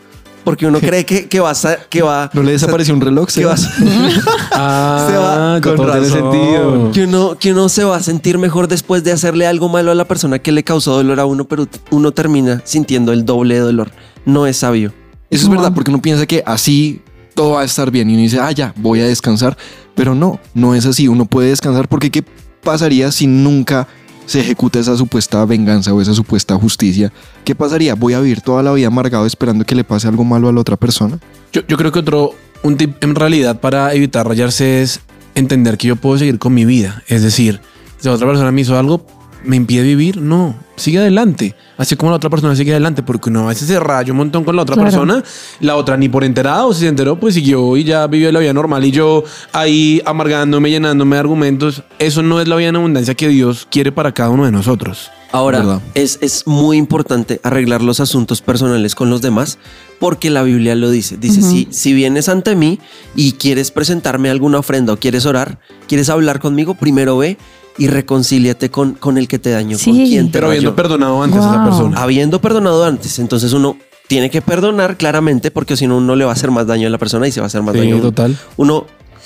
S6: Porque uno cree que, que, va, a, sa- que va...
S1: No le desapareció un reloj,
S6: que va a-
S2: Ah,
S6: se va-
S2: ya
S6: con
S2: todo tiene
S6: razón.
S2: sentido.
S6: Que uno, que uno se va a sentir mejor después de hacerle algo malo a la persona que le causó dolor a uno, pero uno termina sintiendo el doble de dolor. No es sabio.
S1: Eso es verdad, porque uno piensa que así todo va a estar bien y uno dice, ah, ya, voy a descansar. Pero no, no es así. Uno puede descansar porque ¿qué pasaría si nunca se ejecuta esa supuesta venganza o esa supuesta justicia? ¿Qué pasaría? ¿Voy a vivir toda la vida amargado esperando que le pase algo malo a la otra persona?
S2: Yo, yo creo que otro, un tip en realidad para evitar rayarse es entender que yo puedo seguir con mi vida. Es decir, si la otra persona me hizo algo, me impide vivir. No, sigue adelante. Así como la otra persona sigue adelante, porque uno a veces se raya un montón con la otra
S3: Claro.
S2: persona, la otra ni por enterada o si se enteró, pues siguió y ya vivió la vida normal. Y yo ahí amargándome, llenándome de argumentos. Eso no es la vida en abundancia que Dios quiere para cada uno de nosotros.
S6: Ahora,
S1: ¿Verdad?
S6: es, es muy importante arreglar los asuntos personales con los demás porque la Biblia lo dice. Dice, si, si vienes ante mí y quieres presentarme alguna ofrenda o quieres orar, quieres hablar conmigo, primero ve y reconcíliate con, con el que te dañó, con
S3: Sí.
S6: quien te
S2: Pero habiendo
S6: rayó.
S2: perdonado antes a esa
S3: Wow.
S2: persona.
S6: Habiendo perdonado antes, entonces uno tiene que perdonar claramente porque si no, uno le va a hacer más daño a la persona y se va a hacer más
S2: Sí,
S6: daño. a uno.
S2: total.
S6: Uno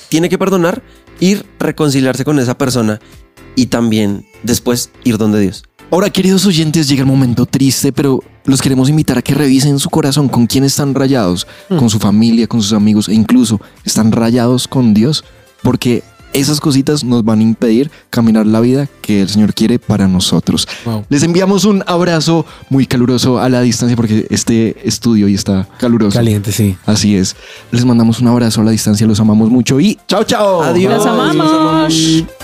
S6: tiene que perdonar, ir reconciliarse con esa persona y también después ir donde Dios.
S1: Ahora, queridos oyentes, llega el momento triste, pero los queremos invitar a que revisen su corazón con quién están rayados,
S2: Hmm.
S1: con su familia, con sus amigos e incluso están rayados con Dios, porque esas cositas nos van a impedir caminar la vida que el Señor quiere para nosotros.
S2: Wow.
S1: Les enviamos un abrazo muy caluroso a la distancia porque este estudio hoy está caluroso.
S2: Caliente, sí.
S1: Así es. Les mandamos un abrazo a la distancia, los amamos mucho y chao, chao.
S6: Adiós.
S3: Los amamos.
S6: Los amamos.